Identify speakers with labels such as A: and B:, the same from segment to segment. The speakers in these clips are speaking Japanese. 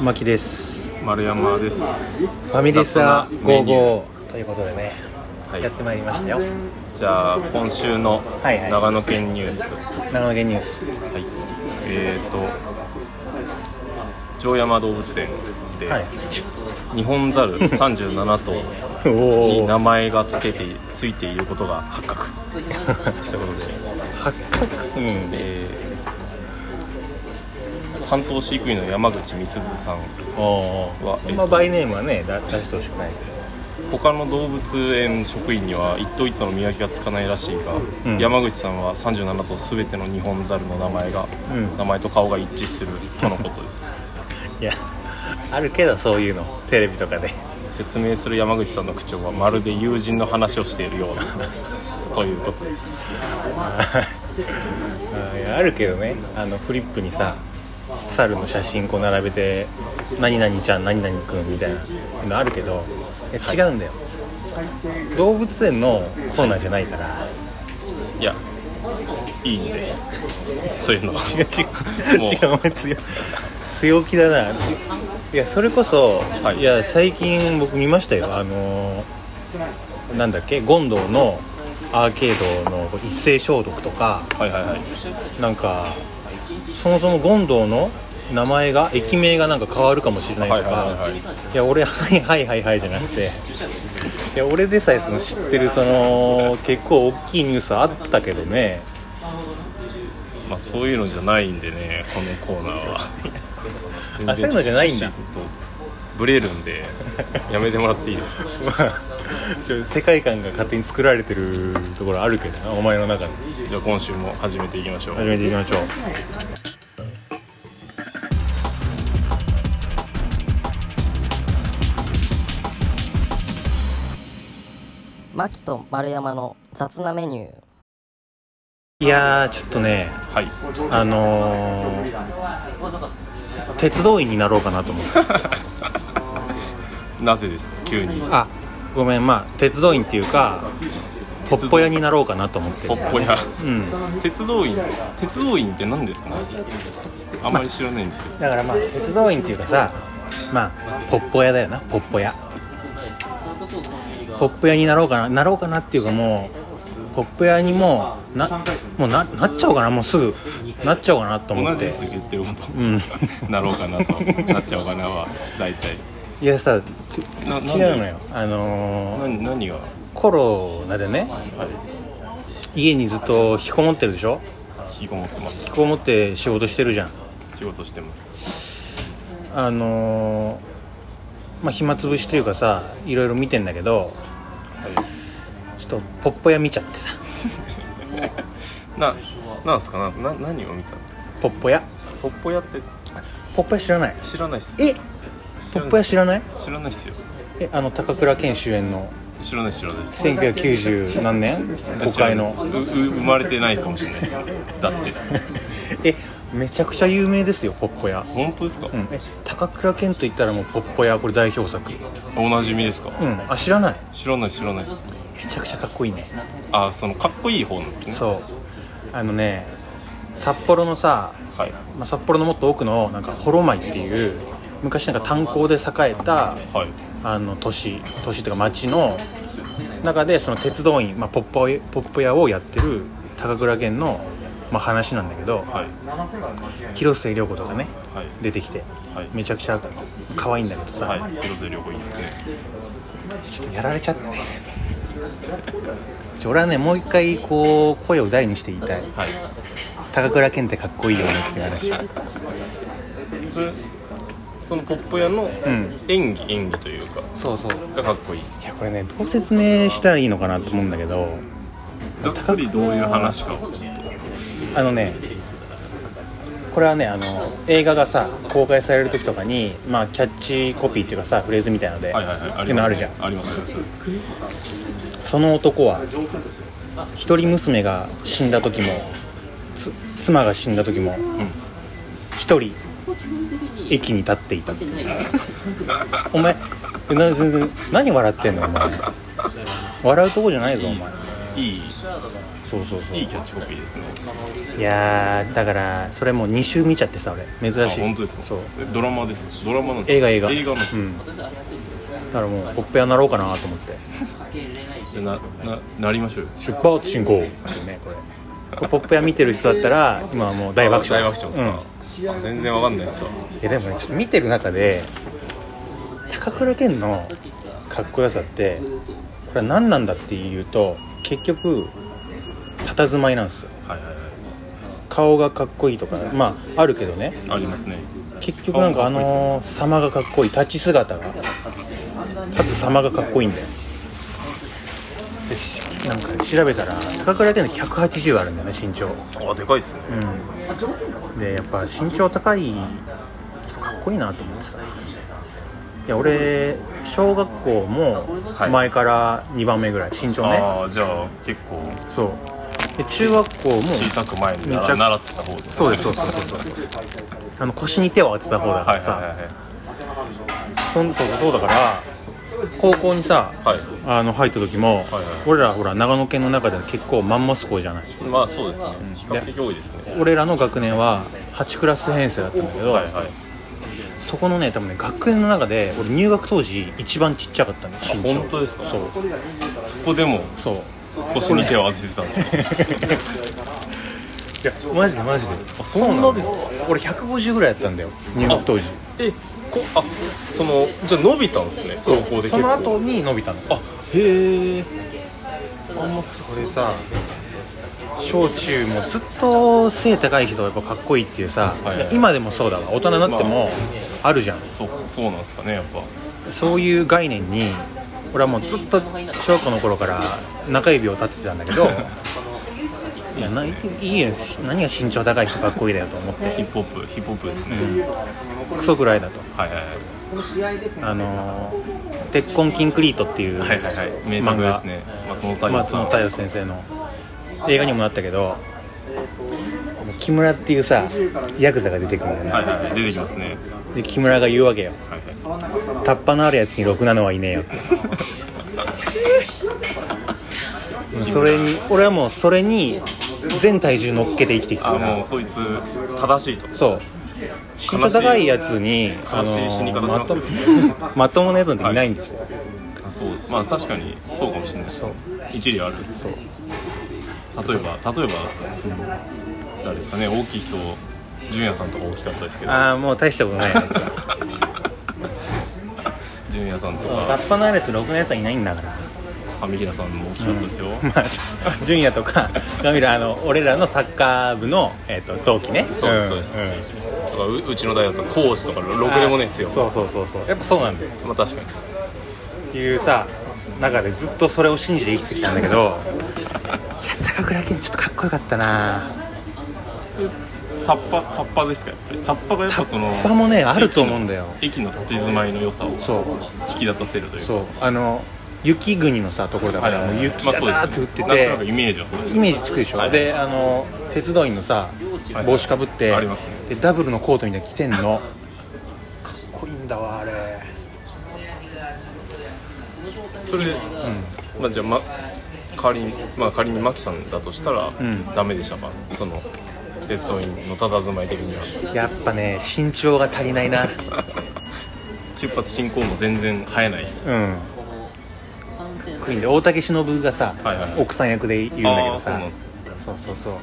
A: 牧です
B: 丸山です
A: ファミリスア
B: 雑なメニュ
A: 55ということでね、
B: はい
A: やってまいりましたよ
B: じゃあ今週の
A: はいはい
B: 長野県ニュースはい、
A: 長野県ニュース
B: えっ、ー、と城山動物園で、
A: はい
B: 日本ザル37頭
A: お
B: に
A: お
B: 名前がつけてついていることが発 覚ということで、
A: 発覚うん
B: えー担当飼育員の山口美鈴さん
A: お
B: は
A: おあんまバイネームはねだ出してほしくない
B: 他の動物園職員には一頭一頭の見分けがつかないらしいが、
A: うん
B: 山口さんは37頭すべてのニホンザルの名前が、
A: うん
B: 名前と顔が一致するとのことです
A: いやあるけどそういうのテレビとかで
B: 説明する山口さんの口調はまるで友人の話をしているよ うだということです
A: あいやあるけどねあのフリップにさ猿の写真こう並べて「何々ちゃん何々くん」みたいなのあるけどいや違うんだよ、動物園のコーナーじゃないから
B: いやいいんでそういうのは
A: 違う
B: もう
A: 違うお前強強気だないやそれこそ、
B: はい
A: い、や最近僕見ましたよあのーなんだっけ権藤のアーケードの一斉消毒とか
B: はいはいはい
A: なんかそもそも権藤の名前が駅名がなんか変わるかもしれないとか、
B: はい
A: い
B: はいはいはい
A: や俺はいはいはいはいじゃなくていや俺でさえその知ってるその結構大きいニュースあったけどね
B: まあそういうのじゃないんでねこのコーナーは
A: あそういうのじゃないんだ
B: ちょっとブレるんでやめてもらっていいですか
A: まあちょ世界観が勝手に作られてるところあるけどなお前の中で
B: じゃあ今週も始めていきましょう、
A: 始めていきましょう
C: マキと丸山の雑なメニュー。
A: いやーちょっとね
B: はい
A: あのー、鉄道員になろうかなと思って
B: なぜですか急に
A: あごめんまあ鉄道員っていうかポッポ屋になろうかなと思って
B: ポッポや
A: うん
B: 鉄道員鉄道員って何ですかまずあんまり知らないんですけど
A: だからまあ鉄道員っていうかさまあポッポ屋だよなポッポ屋ポップ屋になろうかななろうかなっていうかもうポップ屋にもうなもうななっちゃおうかなもうすぐなっちゃおうかなと思
B: 同
A: っ
B: じで
A: て
B: す言ってるこ
A: うん
B: となろうかなとなっちゃおうかなは大体
A: いやさ
B: な
A: 違うのよあのー
B: 何何が
A: コロナでね家にずっと引きこもってるでしょ
B: 引きこもってま
A: 引き
B: す
A: こもって仕事してるじゃん
B: 仕事してます
A: あのーまあ暇つぶしというかさいろいろ見てんだけど
B: は
A: ちょっとポッポ屋見ちゃってさ
B: いななんすかなな何を見たの
A: ポッポ屋
B: ポッポ屋って
A: ポッポ屋知らない
B: 知らないっす
A: えポッポ屋知らない
B: 知らないっすよ
A: えあの高倉健主演の
B: 知らないっす知らないっす
A: 1990何年公開
B: う
A: の
B: う生まれてないかもしれないですよだって
A: えめちゃくちゃ有名ですよポッポ屋
B: 本当ですか、
A: うんえ高倉健といったらもうポッポ屋これ代表作
B: おなじみですか、
A: うんあ知らない
B: 知らない知らないです
A: めちゃくちゃかっこいいね
B: あそのかっこいい方なんですね
A: そうあのね札幌のさ、
B: はい
A: まあ、札幌のもっと奥のなんかホロマイっていう昔なんか炭鉱で栄えた
B: はい
A: あの都市都市というか町の中でその鉄道員、まあ、ポッポイポップ屋をやってる高倉健の、まあ、話なんだけど
B: はい
A: 広末涼子とかね
B: はい
A: 出てきて、
B: はい
A: めちゃくちゃ可愛いんだけどさ、
B: はい広瀬良子いいですね
A: ちょっとやられちゃってねちょ俺はねもう一回こう声を大にして言いたい
B: はい
A: 高倉健ってかっこいいよねっていう話
B: それそのポップ屋の
A: ん
B: 演技、演技というか
A: そうそう
B: がかっこいい
A: いやこれねどう説明したらいいのかなと思うんだけど
B: ざっくりどういう話かをちょっと
A: あのねこれはねあの映画がさ公開される時とかに、まあ、キャッチコピーっていうかさフレーズみたいので、
B: はいはいはい
A: っ
B: あり
A: ていう
B: ま
A: の
B: す
A: あるじゃん
B: ありますあります
A: その男は一人娘が死んだ時もつ妻が死んだ時も
B: ん
A: 一、人駅に立っていたっていうお前えな全然何笑ってんのお前笑うとこじゃないぞお前
B: いい
A: そうそうそう
B: いいキャッチコピーですね
A: いやーだからそれもう2週見ちゃってさ俺珍
B: あ
A: しい
B: 本当ですか
A: そう
B: えドラマですかドラマなんですか
A: 映画映画
B: 映画なんです
A: う
B: か
A: ん、だからもうポップ屋になろうかなと思って
B: じゃあなななりましょうよ
A: 出発進 行ってねこれこれポップ屋見てる人だったら今はもう大爆笑
B: 大爆笑ですか、あ全然わかんないっすわ
A: うん、えでもねちょっと見てる中で高倉健のかっこよさってこれは何なんだっていうと結局佇まいなんですよ
B: はいはいはい
A: 顔がかっこいいとかまああるけどね
B: ありますね
A: 結局なんかあの様がかっこいい立ち姿が立つ様がかっこいいんだよでしなんか調べたら高倉健の180あるんだよね身長
B: あでかいっすね
A: うんでやっぱ身長高い人かっこいいなと思ってさいや俺小学校も
B: はい
A: 前から2番目ぐらい身長ね、
B: ああじゃあ結構
A: そうで中学校も
B: 小さく前に
A: めちゃく
B: 習習ってた方ですね
A: そうですそうですそうですあの腰に手を当てた方だか
B: は
A: ら
B: いはい
A: さ、
B: はいはい
A: そんそうそうだから高校にさ
B: はい
A: あの入った時も、
B: はいはい
A: 俺らほら長野県の中では結構マンモス校じゃない
B: まあそうですね比較的多いですね
A: 俺らの学年は8クラス編成だったんだけど、
B: はいはい
A: そこのね多分ね学年の中で俺入学当時一番ちっちゃかったの身長
B: 本当ですか
A: そう
B: そこでも
A: そう
B: 腰に手を当ててたんですか
A: いやマジでマジで
B: あそんなですか
A: 俺150ぐらいやったんだよ入学当時
B: えこあそのじゃあ伸びたんですね高校で結構
A: その後に伸びたの
B: あへえあんまそ
A: これさ小中もずっと背高い人がやっぱかっこいいっていうさ、
B: はいはい
A: 今でもそうだわ大人になってもあるじゃん
B: そうそうなんですかねやっぱ
A: そういう概念に俺はもうずっと小学校の頃から中指を立ててたんだけど いやないいいよ何が身長高い人かっこいいだよと思って
B: ヒップホップヒップホップですね、
A: クソくらいだと
B: はいはいはい
A: あのー「鉄痕キンクリート」っていう
B: はいはいはい名作ですね松本太陽
A: 松
B: さ
A: 本
B: ん
A: 太陽先生の映画にもなったけど木村っていうさヤクザが出てくるんだよね、
B: はいはいはい出てきますね
A: で木村が言うわけよ
B: はいはい
A: タッパのあるやつにろくなのはいねえよってもうそれに俺はもうそれに全体重乗っけて生きてきた
B: あ
A: か
B: もう
A: ら
B: そいつ正しいと
A: そう身長高いやつにあの
B: 悲しい死に方し
A: ま
B: ます
A: と
B: よ
A: まとも なやつなんていないんですよ、
B: あそうまあ確かにそうかもしれないですね一理ある
A: そう
B: 例えば例えば、誰ですかね大きい人純也さんとか大きかったですけど
A: ああもう大したことないやつ
B: 純也さんと
A: タ
B: か
A: ッパのあるやつろくなやつはいないんだから
B: 上平さんも大きかったですよ、
A: まあ、ちょジュニアとかガミラあの俺らのサッカー部の、えっと同期ね
B: そうですそうです、
A: んん
B: とかううちの代だったら講師とかろくでもねえですよ
A: そうそうそうそうやっぱそうなんだよ
B: まあ確かに
A: っていうさ中でずっとそれを信じて生きてきたんだけど いや高倉健ちょっとかっこよかったな
B: タッパタッパですかやっぱりタッパがやっぱその
A: タッパもねあると思うんだよ
B: 駅の立ち住まいの良さを
A: そう
B: 引き立たせるというか
A: そうあの雪国のさところだか
B: はいは
A: ら、
B: いはい
A: もう雪が
B: まあ
A: ダ
B: そ
A: ー
B: う
A: って
B: で
A: 降
B: すね
A: ってて、
B: なんとなくイメージはそうです
A: イメージつくでしょ、
B: はい
A: であの鉄道員のさ
B: はい
A: 帽子かぶって、
B: ありますね
A: でダブルのコートみたいなの着てんの かっこいいんだわあれ
B: それ、まあじゃあ、ま、仮にまあ仮にマキさんだとしたら、
A: ん
B: ダメでしたかその鉄道員の佇まい的には
A: やっぱね身長が足りないな
B: 出発進行も全然生えない
A: うんクイーンで大竹しのぶがさ、
B: はいはいはい
A: 奥さん役で言うんだけど
B: あーそう
A: さ
B: なんですね
A: そうそうそう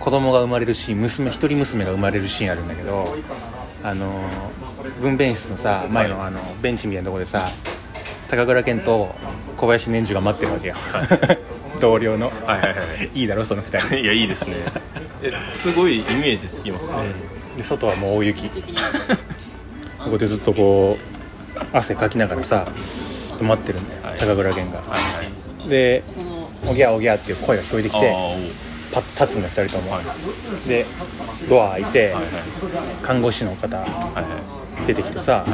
A: 子供が生まれるシーン娘一人娘が生まれるシーンあるんだけどあのー分娩室のさ前のあのベンチみたいなとこでさ高倉健と小林年中が待ってるわけよ 同僚の、
B: はいはいはい
A: いだろその二人
B: いやいいですねえすごいイメージつきますね、
A: で外はもう大雪ここでずっとこう汗かきながらさ待ってるんだよ、
B: はい
A: 高倉健が
B: はいはい
A: で「おぎゃおぎゃ」っていう声が聞こえてき
B: あ
A: て
B: あ
A: パッと立つんだよ2人とも、
B: はい
A: でドア開いて、
B: はいはい
A: 看護師の方
B: はいはい
A: 出てきてさ、
B: はい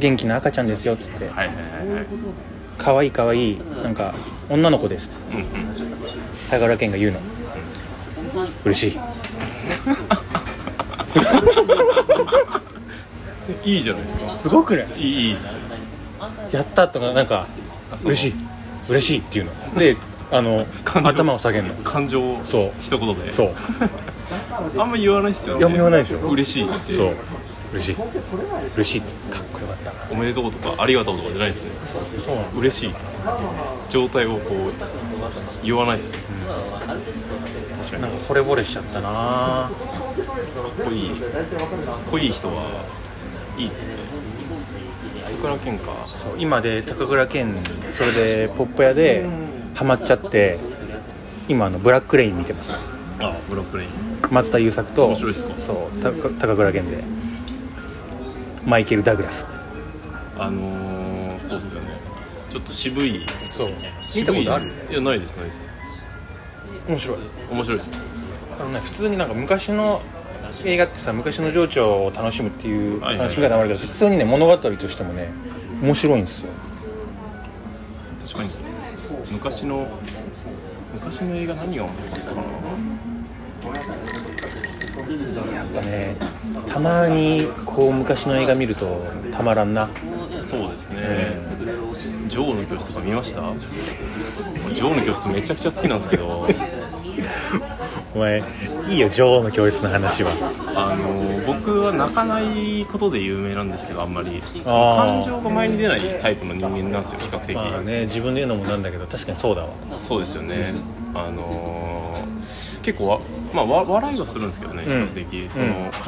A: 元気な赤ちゃんですよ」っつって
B: はいはいはいはい
A: 「かわいいかわいいなんか女の子です
B: うんうん」
A: 高倉健が言うの嬉しい
B: いいじゃないですか
A: すごくね
B: いいいいですね
A: やったとかなんか
B: あそう
A: 嬉しい嬉しいっていうのであの
B: 感情
A: 頭を下げるの
B: 感情を
A: そう
B: 一言で
A: そう
B: あんま言わないっすよね
A: いや言わないでしょ
B: 嬉しいって
A: そう嬉しい嬉しいってかっこよかったな
B: おめでとうとかありがとうとかじゃないですね
A: そうなの
B: 嬉しいって状態をこう言わないっすよね確かに
A: なんか惚れ惚れしちゃったな
B: かっこいいかっこいい人はいいですね高倉健か
A: そう今で高倉健それでポップ屋でハマっちゃって今あのブラックレイン見てます
B: あブロックレイン
A: 松田優作と
B: 面白いっすか
A: そうた高倉健でマイケル・ダグラス
B: あのー、そうっすよねちょっと渋い
A: そう見た
B: 渋い
A: ことある
B: いやないですないです
A: 面白い
B: 面白いです
A: あのね普通になんか昔の映画ってさ昔の情緒を楽しむっていう
B: はいはい
A: 楽しみ方もあるけど、普通にね物語としてもね面白いんですよ
B: 確かに昔の昔の映画何が面白かったかな
A: やっぱねたまにこう昔の映画見るとたまらんな
B: そうですね、ジョーの教室とか見ましたジョーの教室めちゃくちゃ好きなんですけど
A: お前いいよ女王の教室の話は
B: あの僕は泣かないことで有名なんですけどあんま
A: あ
B: り
A: ー
B: 感情が前に出ないタイプの人間なんですよ比較的、
A: まあね自分で言うのもなんだけど確かにそうだわ
B: そうですよねあのー結構わまあ、わ笑いはするんですけどね比較的、そ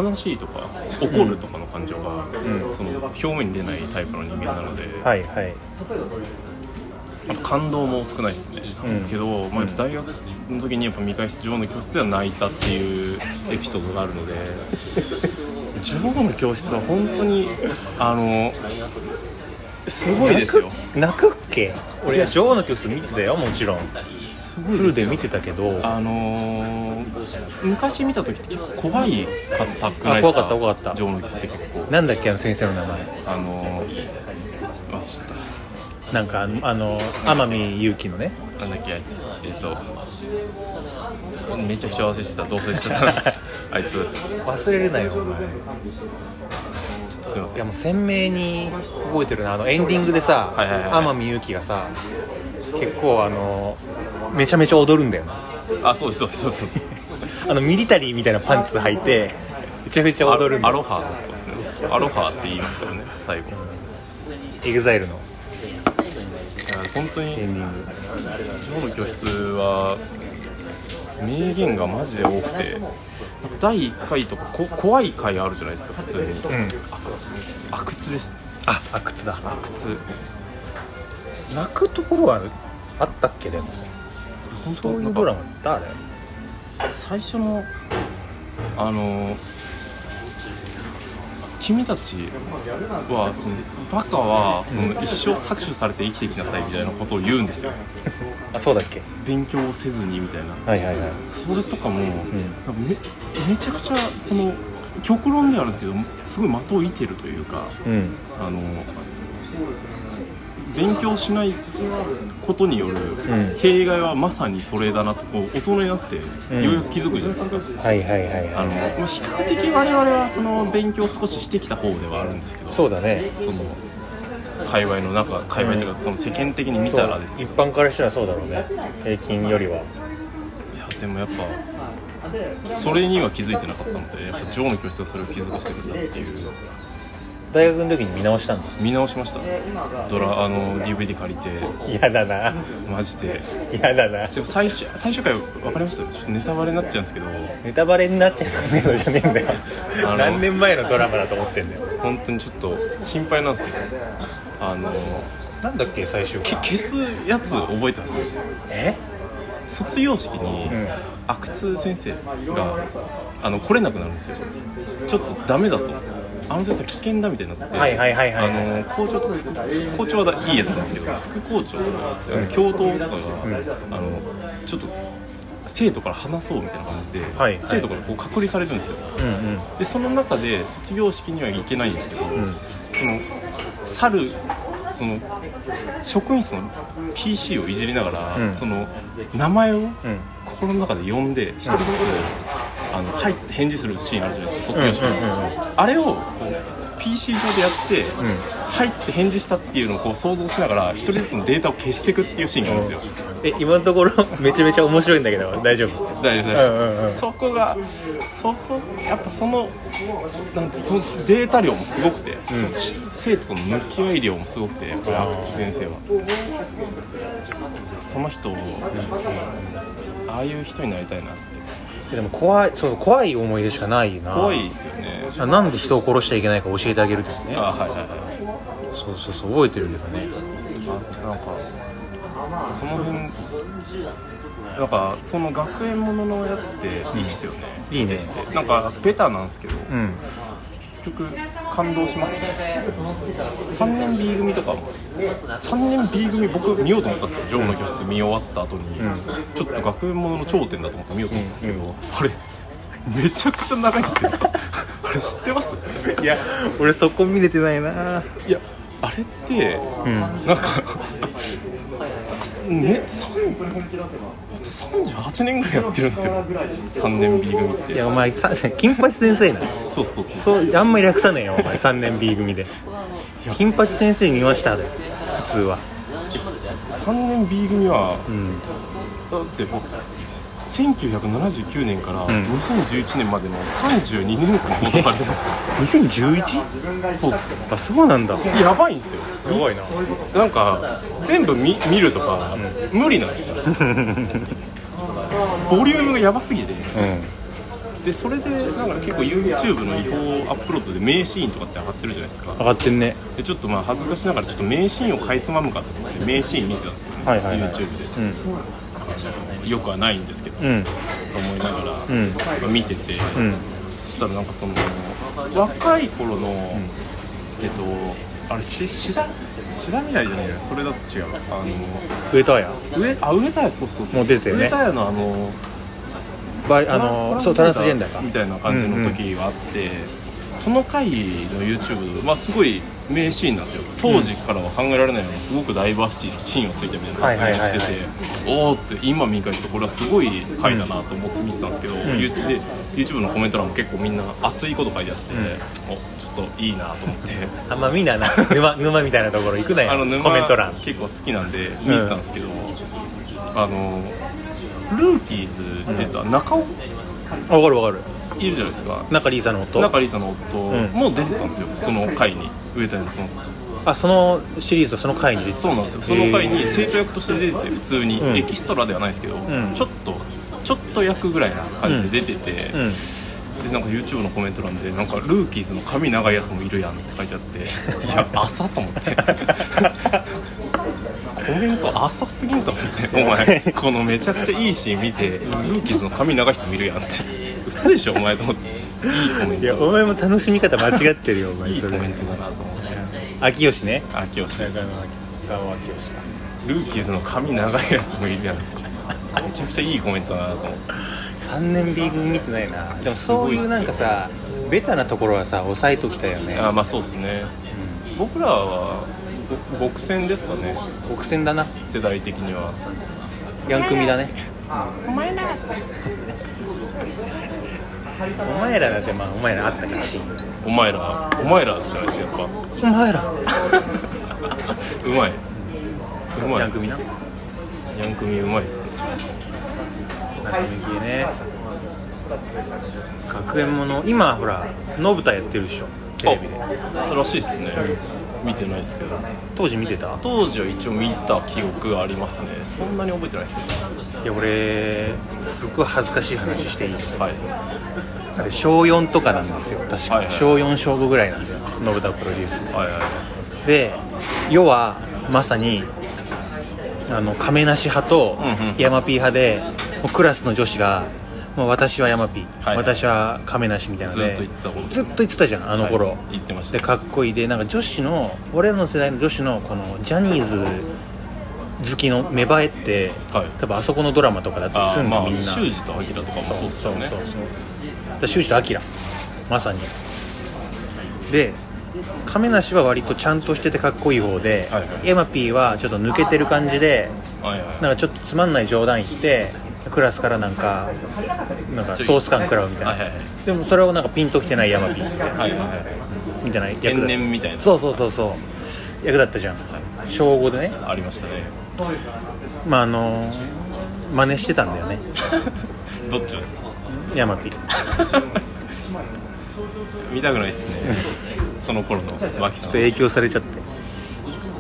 B: の悲しいとか怒るとかの感情が、その表面に出ないタイプの人間なので、
A: はいはい
B: あと感動も少ないですね、なんですけど、まあ、大学の時にやっぱ見返して「女王の教室」では泣いたっていうエピソードがあるので「女王の教室」は本当にあのすごいですよ
A: 泣くっけ
B: い
A: 俺
B: や
A: 女王の教室見てたよもちろん
B: す
A: フ
B: ごいで
A: ル
B: す
A: で
B: よ
A: 見てたけど
B: あのー、昔見た時って結構怖いかったくない
A: あ
B: で
A: 怖
B: すか
A: かった怖かった
B: 女王の教室って結構
A: なんだっけあの先生の名前
B: あのー、忘れ
A: なんかあのあの天海祐希のね
B: たなんだっけあいつえっ、とめちゃくちゃ忘れてた同棲してた あいつ
A: 忘れれないよお前
B: ちょっとすいません
A: いやもう鮮明に覚えてるなあのエンディングでさ
B: はいはいはい
A: 天海祐希がさ結構あのめちゃめちゃ踊るんだよね
B: あそうですそうですそう です
A: あのミリタリーみたいなパンツ履いてめちゃめちゃ踊るんだ
B: ア
A: よ
B: ロハのとこですねアロハって言いますからね最後だか
A: エグザイルの
B: ら本当に
A: エンディング
B: 今日の教室は名言がマジで多くてなんか第1回とかこ怖い回あるじゃないですか普通に、
A: ん
B: あ阿久津です
A: あ阿久津だ
B: 阿久津
A: 泣くところはあったっけでも
B: 本当
A: そうい
B: な
A: うんドラ
B: か
A: マってあれ
B: 最初のあの君たちはそのバカはその一生搾取されて生きてきなさいみたいなことを言うんですよ
A: あそうだっけ
B: 勉強をせずにみたいな
A: はいはいはい
B: それとかも、なんかめめちゃくちゃその極論ではあるんですけどすごい的を射てるというか
A: うん
B: あの勉強しないことによる
A: ん
B: 弊害はまさにそれだなとこう大人になってよ
A: ん
B: うやく気づくじゃないですか。
A: はいはいはい
B: あの
A: は
B: まあ、比較的我々はその勉強を少ししてきた方ではあるんですけど
A: いそうだね
B: その界隈の中界隈というかその世間的に見たらですけど
A: 一般からしたらそうだろうね平均よりはい
B: やでもやっぱそれには気づいてなかったのでやっぱジョーの教室はそれを気づかせてくれたっていう
A: 大学の時に見直したんだ
B: 見直しましたドラあの DVD 借りて
A: 嫌だな
B: マジで
A: 嫌だな
B: でも最終最終回分かりますちょっとネタバレになっちゃうんですけど
A: ネタバレになっちゃいますけどじゃねえんだよ
B: あの
A: 何年前のドラマだと思ってんだよ
B: 本当にちょっと心配なんですけどあの
A: なんだっけ最終
B: け消すやつ覚えてます
A: え
B: 卒業式に
A: ん
B: 阿久津先生があの来れなくなるんですよちょっとダメだとあの先生は危険だみたいになって
A: はいはいはいはいはい
B: あの校長とか副校長はいいやつなんですけど副校長とかあの教頭とかが、あのちょっと生徒から話そうみたいな感じで、
A: はい
B: 生徒からこう隔離されるんですよ
A: うんうん
B: でその中で卒業式には行けないんですけど、その猿その職員室の PC をいじりながら、
A: うん
B: その名前を
A: うん
B: 心の中で呼んで一人ずつ、あの入って返事するシーンあるじゃないですか卒業式の、
A: うんうんうん
B: あれをこう PC 上でやって、入って返事したっていうのをこう想像しながら一人ずつのデータを消していくっていうシーンがあるんですよ、
A: え今のところめちゃめちゃ面白いんだけど大丈夫
B: 大丈夫です大
A: う
B: 丈
A: んうんう
B: 夫
A: ん
B: そこがそこやっぱそのなんてそのデータ量もすごくて、そのし生徒との向き合い量もすごくてやっぱり阿久津先生はその人を、ああいう人になりたいなって
A: でも怖いそう怖い思い出しかないな
B: 怖いですよね
A: あなんで人を殺しちゃいけないか教えてあげるですね
B: あはいはいはい
A: そうそうそう覚えてるけどね
B: なんかその辺なんかその学園もののやつっていいっすよね、
A: うんいいね
B: でしてなんかベタなんですけど、
A: うん
B: 結局感動しますね3年 B 組とかも3年 B 組僕見ようと思ったんですよ「ジョーの教室」見終わった後に、ちょっと学園ものの頂点だと思って見ようと思ったんですけど、あれめちゃくちゃ長いんですよあれ知ってます
A: いや俺そこ見れてないない
B: やあれって
A: うん
B: なんかねさんほんと38年ぐらいやってるんですよ3年 B 組っ
A: い
B: て
A: やお前さ金八先生な
B: そうそうそうそう
A: そうあんまり略さねえよお前3年 B 組で金八先生見ましたで普通は
B: 3年 B 組は
A: うん
B: だってもう1979年から
A: ん
B: 2011年までの32年間放送されてますよ
A: 2011?
B: そうっす
A: あそうなんだ
B: やばいんですよ
A: すごいな
B: なんか全部見見るとか、無理なんです よボリュームがやばすぎて
A: うん
B: でそれでなんか結構 YouTube の違法アップロードで名シーンとかって上がってるじゃないですか
A: 上がってんね
B: でちょっとまあ恥ずかしながらちょっと名シーンをかいつまむかと思って名シーン見てたんですよね、
A: はいはいはい
B: YouTube
A: う
B: で、
A: ん
B: よくはないんですけど、
A: うん
B: と思いながら、
A: ん
B: まあ見てて、
A: うん
B: そしたらなんかその若い頃の、えっとあれししだしだ未来じゃないやそれだと違うあ
A: 上戸や
B: の上あ上田屋そうそうそう
A: もう出てるね
B: 上田屋のあの
A: バイあのそうトランスジェンダーか
B: みたいな感じの時があって、その回の YouTube まあすごい名シーンなんですよ当時からは考えられないようなすごくダイバーシティのシーンをついたみたいな発言をしてて、
A: はいは
B: おーって今見返すとこれはすごい回だなと思って見てたんですけど、YouTube, で YouTube のコメント欄も結構みんな熱いこと書いてあって、おちょっといいなと思 って。
A: あんま見んなな沼沼みたいなところ行くなよ
B: あの沼
A: コメント欄
B: 結構好きなんで見てたんですけど、あのルーキーズ出てた中尾
A: わかるわかる
B: いるじゃないですか
A: 中リーサの夫
B: 中里依紗の夫
A: ん
B: も出てたんですよ、その回に上田のその
A: あそのシリーズその回に出て
B: そうなんですよその回に生徒役として出てて普通に、
A: ん
B: エキストラではないですけど、
A: ん
B: ちょっとちょっと役ぐらいな感じで出てて、
A: うん
B: でなんか YouTube のコメント欄でなんかルーキーズの髪長いやつもいるやんって書いてあって いや朝と思ってコメント朝すぎんと思ってお前このめちゃくちゃいいシーン見てルーキーズの髪長い人もいるやんって嘘でしょお前と思っていいコメン
A: いや
B: ト
A: お前も楽しみ方間違ってるよ お前
B: いい
A: そ
B: コ
A: れ
B: メントだなと思って。
A: 秋吉ね
B: あ、清志です。
A: 中野秋吉か
B: ルーキーズの髪長いやつもいるやんですよ。めちゃくちゃいいコメントだなと思って。
A: 3年 B 組見てないなでもそうい
B: すごい
A: うな
B: っすよ
A: んかさベタなところはさ抑えときたよね
B: あ、まあそうですね。僕らはぼ僕戦ですかね。
A: 国選だな
B: 世代的には。
A: ヤン組だねお前らだってまあお前らあったかし
B: お前ら、お前らじゃないですかやっぱ。
A: お前ら
B: うまい。うまい。
A: ヤン組な
B: ヤンクミうまいっすね。
A: 中抜きね学園もの今ほらのぶたやってるでしょテレビで
B: あらしいっすね。見てないっすけど。
A: 当時見てた
B: 当時は一応見た記憶ありますね。そんなに覚えてないですけど。
A: いや俺すっごい恥ずかしい話していい
B: はい。
A: あれ小4とかなんですよ確か、
B: はいはい
A: 小4小5ぐらいなんですよ信田プロデュース
B: はいはい。
A: で要はまさにあの亀梨派と
B: うんうん
A: 山 P 派で、もうクラスの女子がもう私は山 P、
B: はい
A: 私は亀梨みたいなので
B: ずっと言ってた頃
A: ずっと言ってたじゃんあの頃、
B: はい言ってました
A: でかっこいいでなんか女子の俺らの世代の女子のこのジャニーズ好きの芽生えって、
B: はい
A: 多分あそこのドラマとかだったりす
B: あ
A: る
B: ー
A: の、
B: ま
A: みん
B: あ、
A: な
B: 修二とアキラとかもそうっすよね。
A: そうそうだから修士とアキラまさにで亀梨は割とちゃんとしててかっこいい方で、
B: はいはい
A: ヤマピーはちょっと抜けてる感じで
B: はいはい。
A: なんかちょっとつまんない冗談言ってクラスからなんかなんかソース感食らうみたいな、
B: はいはいはい
A: でもそれをなんかピンときてないヤマピーみたいな
B: はいはいはい
A: みたいな役だ
B: 天然みたいな
A: そうそうそうそう役だったじゃん小5でね
B: ありましたね
A: まああの真似してたんだよね
B: どっちですか
A: ヤマピー
B: 見たくないですねその頃の脇さん
A: と影響されちゃって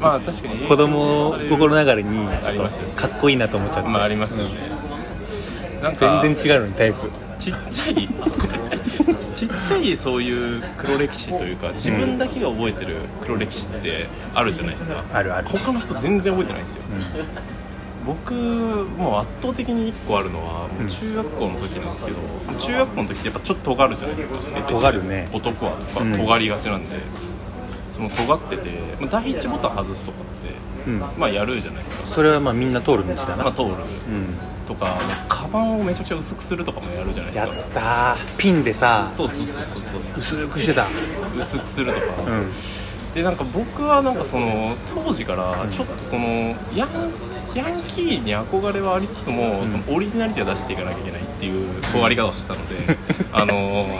B: まあ確かに
A: 子供心ながらにち
B: あり
A: ょ
B: ま
A: っ
B: すよ
A: とかっこいいなと思っちゃって、
B: まあありますよね、なん
A: 全
B: か
A: 然違うのにタイプ
B: ちっちゃい ちっちゃいそういう黒歴史というか自分だけが覚えてる黒歴史ってあるじゃないですか
A: あるある
B: 他の人全然覚えてないんですよ、僕もう圧倒的に1個あるのはもう中学校の時なんですけど、中学校の時ってやっぱちょっと尖るじゃないですか
A: 尖るね
B: 男はとか
A: うん
B: 尖りがちなんで、その尖っててまあ第一ボタン外すとかって、
A: うん
B: まあやるじゃないですか
A: それはまあみんな通る道だな、
B: まあ通る
A: うん
B: とかカバンをめちゃくちゃ薄くするとかもやるじゃないです
A: やっ
B: か
A: たーピンでさ
B: そうそうそうそうそうそう
A: 薄くしてた
B: 薄くするとか、
A: うん
B: でなんか僕はなんかその当時からちょっとそのヤンヤンキーに憧れはありつつも、そのオリジナリティを出していかなきゃいけないっていう尖り方をしてたの であの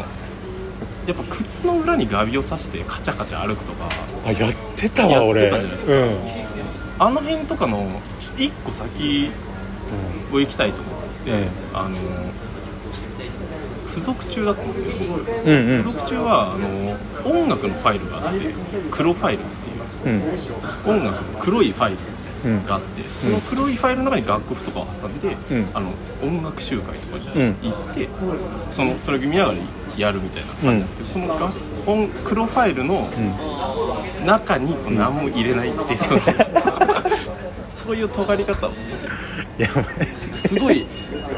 B: やっぱ靴の裏にガビを刺してカチャカチャ歩くとか
A: あやってた
B: わ俺やってたじゃないですか
A: うん
B: あの辺とかの一個先を行きたいと思って、
A: うん
B: あの付属中だったんですけど
A: うん
B: 僕
A: う
B: 付
A: ん
B: 属中はあの音楽のファイルがあって黒ファイルっていう
A: うん
B: 音楽の黒いファイルがあって、その黒いファイルの中に楽譜とかを挟んで、
A: うん
B: あの音楽集会とかに
A: うん
B: 行って、そのそれを見ながらやるみたいな感じなんですけど、その楽音黒ファイルの中にこう何も入れないっていう、 そのそういう尖り方をしてて
A: やばい
B: すごい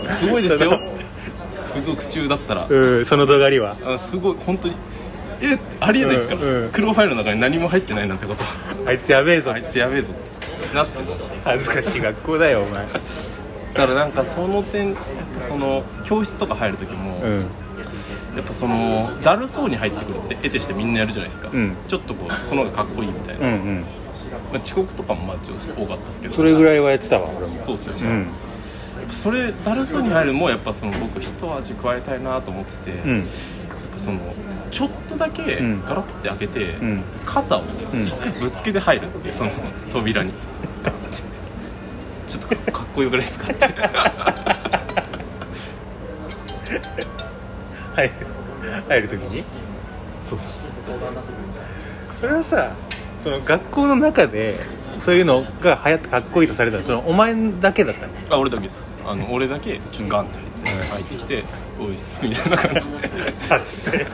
B: すごいです
A: そ
B: よ
A: の
B: 付属中だったら。
A: うんその動画りは
B: あすごい本当にえありえないですから、
A: うんうん
B: 黒ファイルの中に何も入ってないなんてこと
A: あいつやべえぞ
B: あいつやべえぞってなってますよ
A: 恥ずかしい学校だよお 前
B: だからなんかその点その教室とか入る時も、
A: うん
B: やっぱそのだるそうに入ってくるって得てしてみんなやるじゃないですか、
A: うん
B: ちょっとこうその方がかっこいいみたいな、
A: うんう
B: ま
A: ん
B: あ、遅刻とかもまあちょっと多かったですけど
A: それぐらいはやってたわ俺も
B: そうですよ
A: う
B: ね、
A: ん
B: それだるそうに入るのもやっぱその僕一味加えたいなと思ってて、
A: う
B: やっ
A: ん
B: ぱそのちょっとだけ
A: ん
B: ガラッて開けて、
A: うん
B: 肩を
A: ん
B: 一回ぶつけて入るっていうその扉にガッてちょっとかっこよくないですかって
A: 入る入る時に
B: そうっす
A: それはさその学校の中でそういうのが流行ってかっこいいとされたのそのお前だけだったの
B: あ俺だけですあの俺だけちょっとガンって入って入ってきて「おいっす」みたいな感じで
A: 達成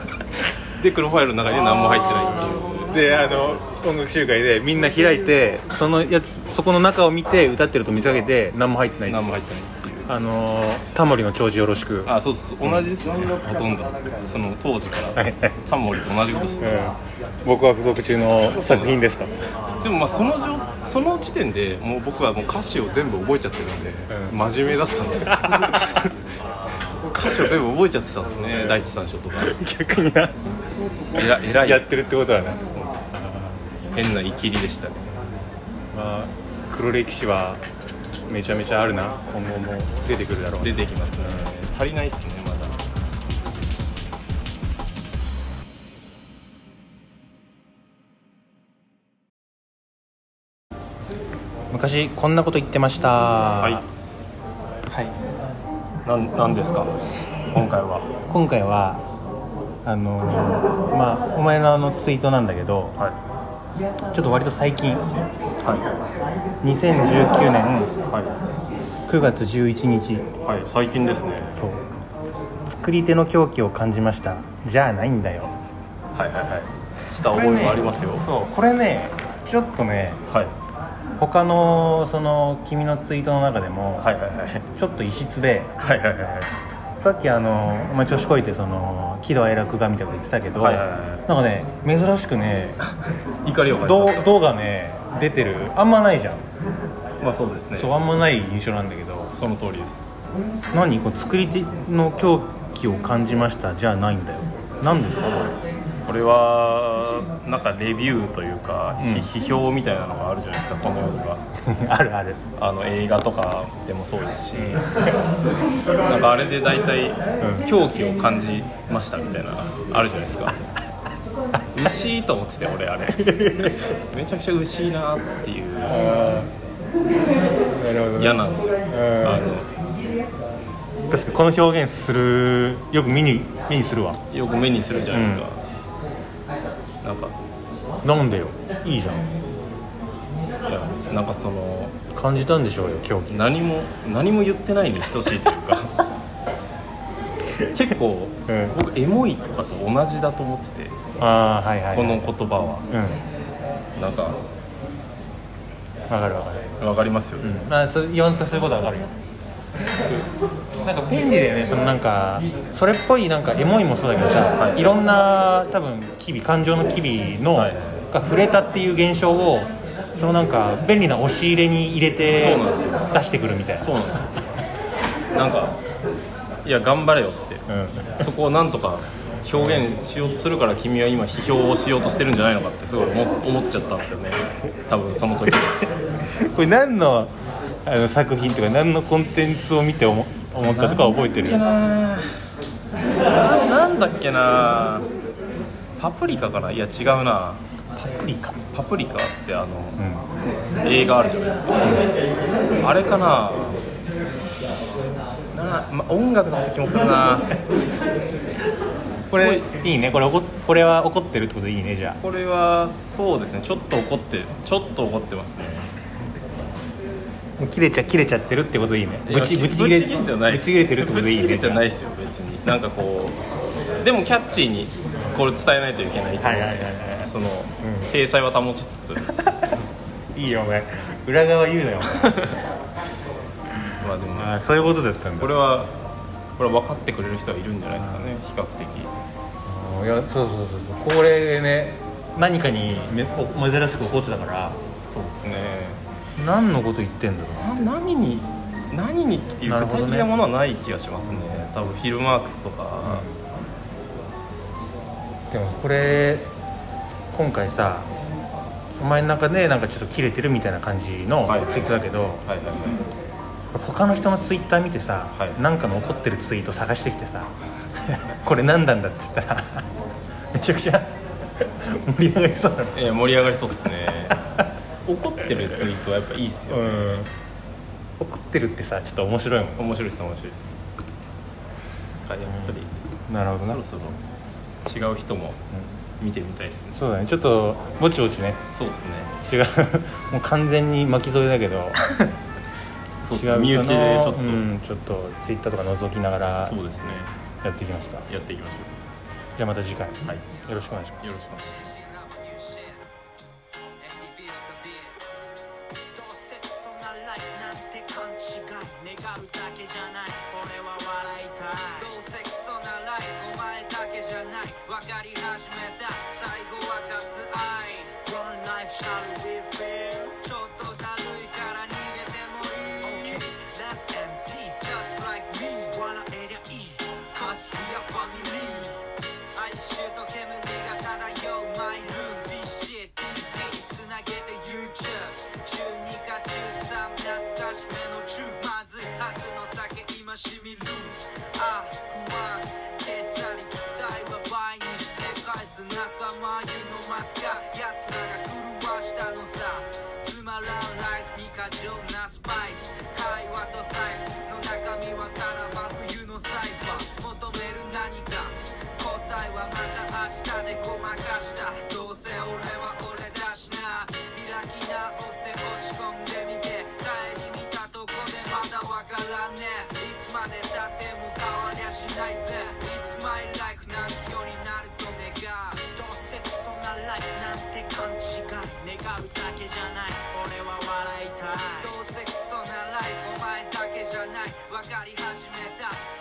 B: で黒ファイルの中に何も入ってないっていう
A: であの音楽集会でみんな開いてそのやつそこの中を見て歌ってると見せかけて何も入ってない
B: 何も入ってないっていう
A: あのータモリの弔辞よろしく
B: あそうそう同じですねほとんどその当時か
A: はい
B: らタモリと同じことして
A: う
B: ま
A: ん
B: す、
A: 僕は付属中の作品ですと
B: でもまあその状その時点でもう僕はもう歌詞を全部覚えちゃってるんで、
A: うん
B: 真面目だったんですよ 歌詞を全部覚えちゃってたんですね第一三章とか
A: 逆にな
B: えらえらい
A: やってるってことはね、
B: そうです変なイキリでしたね
A: まあ、黒歴史はめちゃめちゃあるな今後も出てくるだろうね
B: 出てきますね足りないっすねまだ
A: 昔こんなこと言ってましたは
B: はいなんなんですか今回は
A: 今回はあのーまあお前のあのツイートなんだけど
B: はい
A: ちょっと割と最近
B: は
A: 2019年
B: いは
A: 9月11日
B: い、はい、最近ですね
A: そう作り手の狂気を感じましたじゃあないんだよ
B: はいはいはいした覚えもありますよ、
A: そうこれねちょっとね
B: はい
A: 他のその君のツイートの中でも、
B: はいはいはい
A: ちょっと異質で
B: はいはいはいはい
A: さっきあのお前調子こいてその喜怒哀楽がみたいなこと言ってたけど、
B: はいはいはい
A: なんかね珍しくね
B: 怒りを
A: ど
B: 感じま
A: う
B: す
A: 動画ね出てるあんまないじゃん
B: まあそうですね
A: そうあんまない印象なんだけど
B: その通りです
A: 何こう作り手の狂気を感じましたじゃあないんだよ何ですかこれ
B: これはなんかレビューというか、
A: うん
B: ひ批評みたいなのがあるじゃないですかこの世には
A: あるある
B: あの映画とかでもそうですし、なんかあれで大体、
A: うん
B: 狂気を感じましたみたいなあるじゃないですか牛と思ってて俺あれめちゃくちゃ牛なっていう
A: なるほど
B: 嫌なんです
A: ん
B: よ、あの
A: 確かにこの表現するよく見に見にするわ
B: よく目にするじゃないですか、なんか
A: なんでよいいじゃん
B: いやなんかその
A: 感じたんでしょうよ狂気
B: 何も何も言ってないに等しいというか結構、
A: うん
B: 僕エモいとかと同じだと思ってて
A: ああはいはいはい
B: この言葉は
A: うん
B: なんか
A: わかるわかる
B: わかりますよね、
A: まあそう言わんとすることはわかるよなんか便利だよねそのなんかそれっぽいなんかエモいもそうだけどさ、い、ろんな多分機微感情の機微の、
B: はい
A: が触れたっていう現象をそのなんか便利な押し入れに入れて
B: そうなんですよ
A: 出してくるみたいな
B: そうなんですよなんかいや頑張れよって
A: うん
B: そこをなんとか表現しようとするから君は今批評をしようとしてるんじゃないのかってすごい思思っちゃったんですよね多分その時
A: これ何のあの作品とか何のコンテンツを見て思思ったとかは覚えてる
B: ななんだっけなパプリカかないや違うな
A: パプリカ、
B: パプリカってあの
A: うん、
B: 映画あるじゃないですかあれかなな、ま、音楽だった気もするな
A: こ
B: すご
A: れ
B: い
A: いいねこれ怒っこれは怒ってるってことでいいねじゃ
B: これはそうですねちょっと怒ってちょっと怒ってますね
A: あもう切れちゃ切れちゃってるってことでいいねぶちぶち切れ
B: ぶち切れてはない
A: ぶち切れてるってことでいい
B: ぶ
A: ね
B: ち切れてはないですよ別になんかこうでもキャッチーにこれ伝えないといけないと
A: はいは
B: 思って、
A: いはいは
B: その、
A: ん
B: 体裁は保ちつつま
A: いいいよお前裏側言うなよお前
B: あでも
A: あーそういうことだったんだ
B: これはこれは分かってくれる人はいるんじゃないですかね比較的
A: いやそうそうそうそうこれでね何かにめお珍しく怒ってたから
B: そうですね
A: 何のこと言ってんだろう
B: な何に何にっていう具体的なものはない気がしますね多分フィルマークスとか、
A: でもこれ今回さお前の中でなんかちょっと切れてるみたいな感じの
B: はい
A: ツイートだけど、
B: はいはいは
A: 他の人のツイッター見てさ、
B: はい
A: なんかの怒ってるツイート探してきてさ これ何なんだっつったら めちゃくちゃ 盛り上がりそうだね
B: いいや盛り上がりそうです ね怒ってるツイートはやっぱいいっすよね、
A: ん怒ってるってさちょっと面白いも
B: 面白いです面白いですなんかやっぱ
A: ん
B: り、
A: なるほど
B: そ
A: な
B: ろそろ違う人も見てみたいですね
A: そうだねちょっとぼちぼちね
B: そうですね
A: 違う もう完全に巻き添えだけど
B: そうです
A: 違
B: ね
A: う
B: 身内でちょっと、
A: うんちょっとツイッターとか覗きながら
B: そうですね
A: やっていきますか
B: やっていきましょ
A: じゃあまた次回
B: うはい
A: よろしくお願いします
B: よろしくお願いします
D: STB の旅へどうせそんなライフなんて勘違い願うだけじゃない俺は笑いたいどうせそんなライフお前だけじゃない分かり始めた最後は勝つ愛 One life shall we fail ちょっとだるいから逃げてもいい OK left and peace just like me 笑えりゃいい Cause we are family 哀愁と煙が漂うマイルーム BCTV つなげて YouTube 中2か中3懐かしめの中まず初の酒今しみるあ不安消され期待は倍にして返す仲間湯飲ますか奴らが狂わしたのさつまらんライフに過剰なスパイス会話と財布の中身はたらば冬のサイバー求める何か答えはまた明日でごまかしたどうせ俺は俺だしな開き直って落ち込んでみて帰り見たとこでまだわからねえいつまでたっても変わりゃしないぜ It's my life 難病になると願うどうせクソなライフなんて勘違い願うだけじゃない俺は笑いたいどうせクソなライフお前だけじゃない分かり始めた